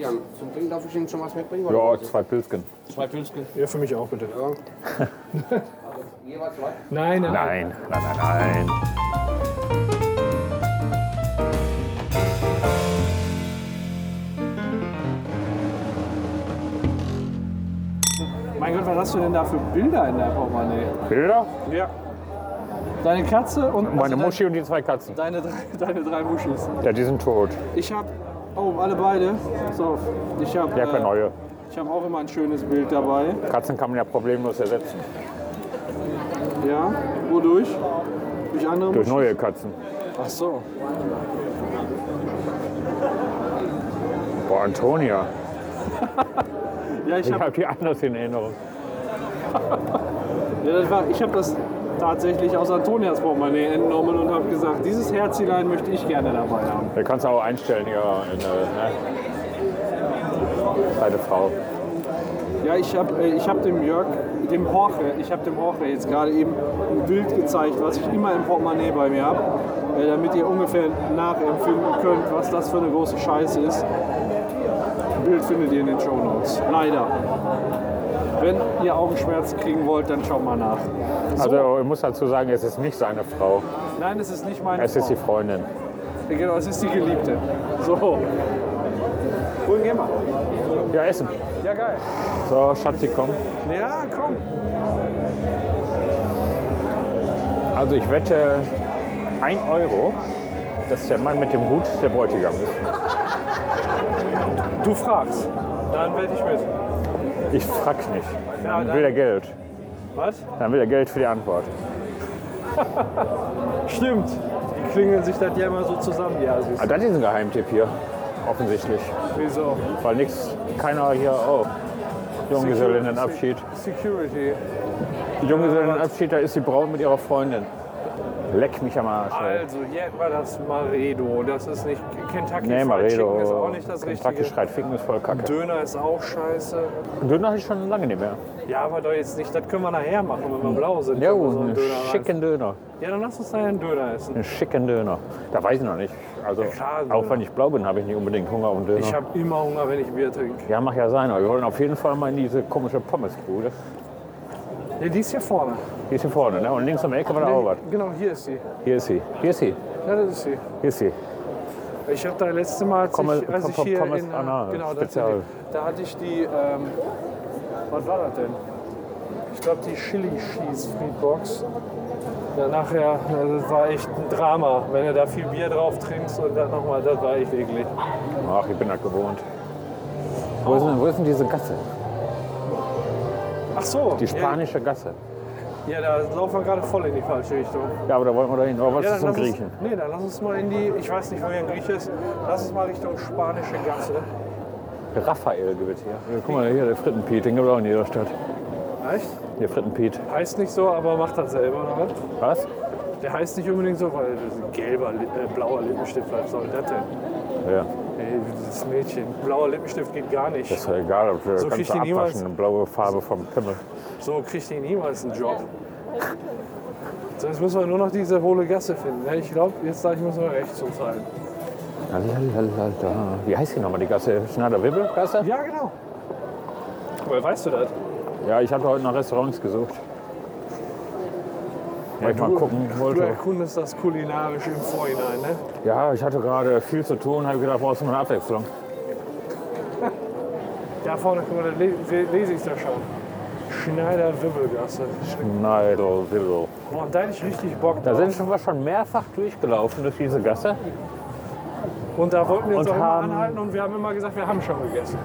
Jan, zum Trinken darf ich Ihnen schon was mitbringen? oder? Ja, zwei Pilzken. Zwei Pilzke. Ja, für mich auch bitte. Jeweils zwei? Nein, nein. Nein, nein, nein, nein. Mein Gott, was hast du denn da für Bilder in der Portemonnaie? Bilder? Ja. Deine Katze und Meine also Muschi und die zwei Katzen. Deine, deine, drei, deine drei Muschis. Ja, die sind tot. Ich hab. Oh, alle beide. Pass auf. Ich hab. äh, Ja, keine neue. ich hab auch immer ein schönes Bild dabei. Katzen kann man ja problemlos ersetzen. Ja. Wodurch? Durch andere Durch Muschis? neue Katzen. Ach so. Boah, Antonia. Ja, ich Ich hab. habe die anders in Erinnerung. Ja, das war, ich habe das tatsächlich aus Antonias Portemonnaie entnommen und habe gesagt, dieses Herzelein möchte ich gerne dabei haben. Da kannst du auch einstellen hier. In, äh, ne? Deine Frau. Ja, ich habe äh, ich hab dem Jörg, dem Horche, ich habe dem Horche jetzt gerade eben ein Bild gezeigt, was ich immer im Portemonnaie bei mir habe, äh, damit ihr ungefähr nachempfinden könnt, was das für eine große Scheiße ist. Bild findet ihr in den Show Notes. Leider. Wenn ihr Augenschmerzen kriegen wollt, dann schaut mal nach. Also ich muss dazu sagen, es ist nicht seine Frau. Nein, es ist nicht meine Es ist Frau. die Freundin. Ja, Genau, es ist die Geliebte. So. Wohin gehen wir? Ja, Essen. Ja, geil. So, Schatzi, komm. Ja, komm. Also ich wette 1 Euro, dass der Mann mit dem Hut der Bräutigam ist. Du fragst. Dann werde ich mit. Ich frag nicht. Ja, Dann dann- will er Geld. Was? Dann will er Geld für die Antwort. Stimmt. Die klingeln sich das ja immer so zusammen, ja, süß. Ah, das ist ein Geheimtipp hier. Offensichtlich. Wieso? Weil nichts, keiner hier, oh. Junggesellinnenabschied. Security. Junggesellinnenabschied, da ist die Braut mit ihrer Freundin. Leck mich am Arsch. ey. Also, jetzt war das Maredo. Das ist nicht. Kentucky Nee, Fried Chicken ist auch Maredo. nicht das Kentucky Richtige. schreit Ficken ist voll kacke. Döner ist auch scheiße. Döner hatte ich schon lange nicht mehr. Ja, aber doch jetzt nicht. Das können wir nachher machen, wenn wir blau sind. Ja, ne, können wir so einen einen Döner rein- schicken Döner. Ja, dann lass uns nachher einen Döner essen. Einen schicken Döner. Da weiß ich noch nicht. Also, klar, auch Döner. wenn ich blau bin, habe ich nicht unbedingt Hunger auf einen Döner. Ich habe immer Hunger, wenn ich Bier trinke. Ja, mach ja sein, aber wir wollen auf jeden Fall mal in diese komische Pommesbude. Ja, die ist hier vorne. Die ist hier vorne, ne? Und links am Ecke war da auch was. Genau, hier ist sie. Hier ist sie. Hier ist sie. Ja, das ist sie. Hier ist sie. Ich habe da letzte Mal, als Pommes- ich, als ich Pom- hier Pommes in, äh, Anna, genau, da, Spezial. hatte die- da hatte ich die, ähm, was war das denn? Ich glaube die Chili Cheese Friedbox. Ja, nachher, äh, das war echt ein Drama, wenn du da viel Bier drauf trinkst und dann nochmal, das war echt eklig. Ach, ich bin da gewohnt. Wo ist, denn, wo ist denn diese Gasse? Ach so, Die spanische Gasse. Ja, da laufen wir gerade voll in die falsche Richtung. Ja, aber da wollen wir doch hin. Aber was Ja, ist zum lass uns- Griechen? Nee, dann lass uns mal in die, ich weiß nicht, woher ein Griech ist, lass uns mal Richtung spanische Gasse. Raphael gibt es hier. Ja, guck mal, hier der Frittenpiet, den gibt es auch in jeder Stadt. Echt? Der Frittenpiet. Heißt nicht so, aber macht das selber, oder was? Was? Der heißt nicht unbedingt so, weil das ist ein gelber, Li- äh, blauer Lippenstift, was soll das denn? Ja, Ey, das Mädchen, blauer Lippenstift geht gar das nicht. ist ja egal, ob du So kannst kriegt du die niemals- abwaschen. Eine blaue Farbe vom Pimmel. So kriegt ihr niemals einen Job. Sonst müssen wir nur noch diese hohle Gasse finden. ne? Ich glaube, jetzt sag ich, müssen wir rechts so sein. Lalalala. Wie heißt die nochmal, die Gasse? Schneider-Wibbel-Gasse? Ja, genau. Woher weißt du das? Ja, ich hatte heute nach Restaurants gesucht. Weil ich mal gucken Du wollte. erkundest das kulinarisch im Vorhinein, ne? Ja, ich hatte gerade viel zu tun, habe gedacht, brauchst du mal eine Abwechslung. Da vorne, guck mal, da le- se- lese ich da schon. Schneider-Wibbelgasse. Schneidel, Willow. Boah, da hätte ich richtig Bock Da drauf. sind schon wir schon mehrfach durchgelaufen durch diese Gasse. Und da wollten wir uns Und auch immer haben- anhalten und wir haben immer gesagt, wir haben schon gegessen.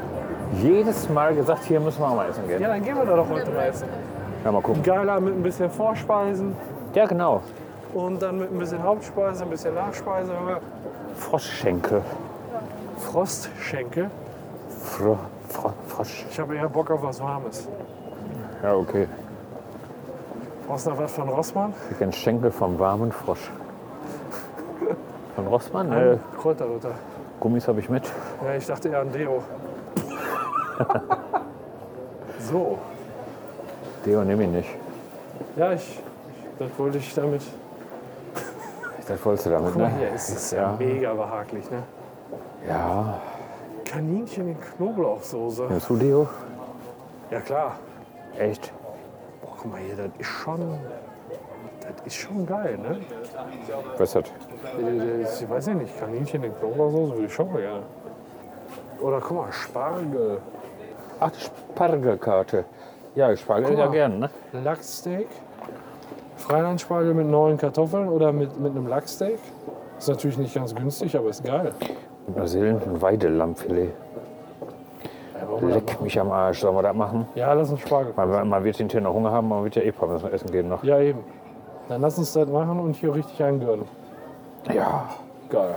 Jedes Mal gesagt, hier müssen wir auch mal essen gehen. Ja, dann gehen wir da doch heute mal essen. Ja, mal gucken. Geiler mit ein bisschen Vorspeisen Ja, genau. und dann mit ein bisschen Hauptspeise, ein bisschen Nachspeise. Wenn wir Froschschenkel. Frostschenkel. Fro Fro Frosch. Ich habe eher Bock auf was Warmes. Ja, okay. Brauchst du noch was von Rossmann? Ich kenne Schenkel vom warmen Frosch. Von Rossmann? Äh, Kräuterlutter. Gummis habe ich mit. Hm? Ja, ich dachte eher an Deo. so. Deo nehme ich nicht. Ja, ich, ich, das wollte ich damit. Das wolltest du damit, Guck mal ne? hier, es ist ja, Ja. mega behaglich, ne? Ja. Kaninchen in Knoblauchsoße. Nimmst du die hoch? Ja klar. Echt? Boah, guck mal hier, das ist schon. Das ist schon geil, ne? Was ist das? Ich weiß ja nicht, Kaninchen in Knoblauchsoße würde ich schon mal gerne. Oder guck mal, Spargel, Ach, die Spargelkarte. Ja, Spargel Guck ja mal. gern, ne? Lachssteak, Freilandspargel mit neuen Kartoffeln oder mit, mit einem Lachssteak. Ist natürlich nicht ganz günstig, aber ist geil. In Brasilien ein Weidelammfilet. Leck mich am Arsch, sollen wir das machen? Ja, lass uns Spargel. Man, man wird hinterher noch Hunger haben, man wird ja eh Pommes essen gehen noch. Ja, eben. Dann lass uns das machen und hier richtig eingönnen. Ja, Geil.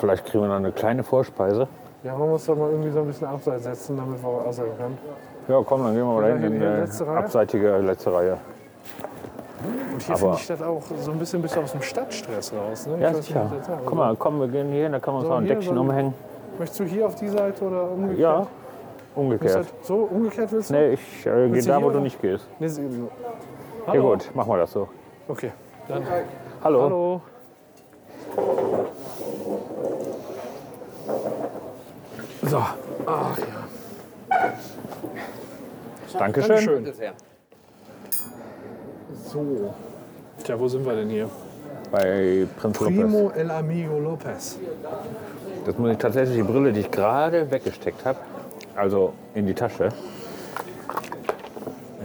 vielleicht kriegen wir noch eine kleine Vorspeise. Ja, man muss doch mal irgendwie so ein bisschen abseits setzen, damit wir was essen können. Ja, komm, dann gehen wir mal Oder dahin in hier die äh, letzte Reihe? abseitige letzte Reihe. Und hier Aber- finde ich das auch so ein bisschen bis aus dem Stadtstress raus. Ne? Ich weiß nicht, was ich jetzt sagen Guck soll. mal, komm, wir gehen hier hin, da können wir uns So, noch ein hier, Deckchen so- umhängen. Möchtest du hier auf die Seite oder umgekehrt? Ja, Ist umgekehrt. das so umgekehrt willst du? Nee, ich äh, gehe Willst du da, hier wo du oder? nicht gehst. Nee, sie- so. Ja Hallo. gut, machen wir das so. Okay, dann Hallo. hallo. So, ach ja. Dankeschön. Dankeschön. Das her. So. Tja, wo sind wir denn hier? Bei Prinz Lopez. Primo El Amigo Lopez. Das muss ich tatsächlich die Brille, die ich gerade weggesteckt habe, also in die Tasche,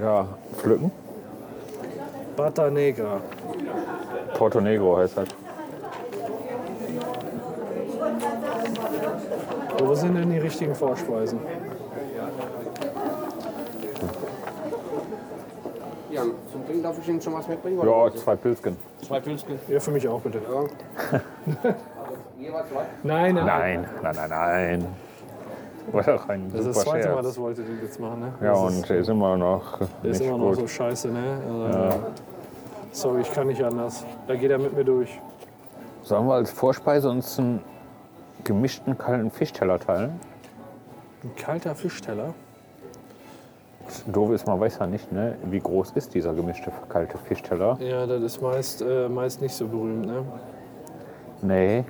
ja, pflücken. Bata Negra. Porto Negro heißt das. Wo sind denn die richtigen Vorspeisen? Jan, zum Trinken darf ich Ihnen schon was mitbringen? Ja, zwei Pilzken. Zwei Pilzchen. Ja, für mich auch bitte. Ja. Jeweils zwei? Nein, nein. Nein, nein, nein, nein. War doch ein Das ist das super zweite Scherz. Mal, das wollte die jetzt machen. Ne? ja, das und ist, der ist immer noch der nicht ist immer noch gut. so scheiße, ne? Also, Sorry, ich kann nicht anders. Da geht er mit mir durch. Sollen wir als Vorspeise uns einen gemischten kalten Fischteller teilen? Ein kalter Fischteller. Doof ist, man weiß ja nicht, ne? wie groß ist dieser gemischte kalte Fischteller. Ja, das ist meist, äh, meist nicht so berühmt, ne? Nee.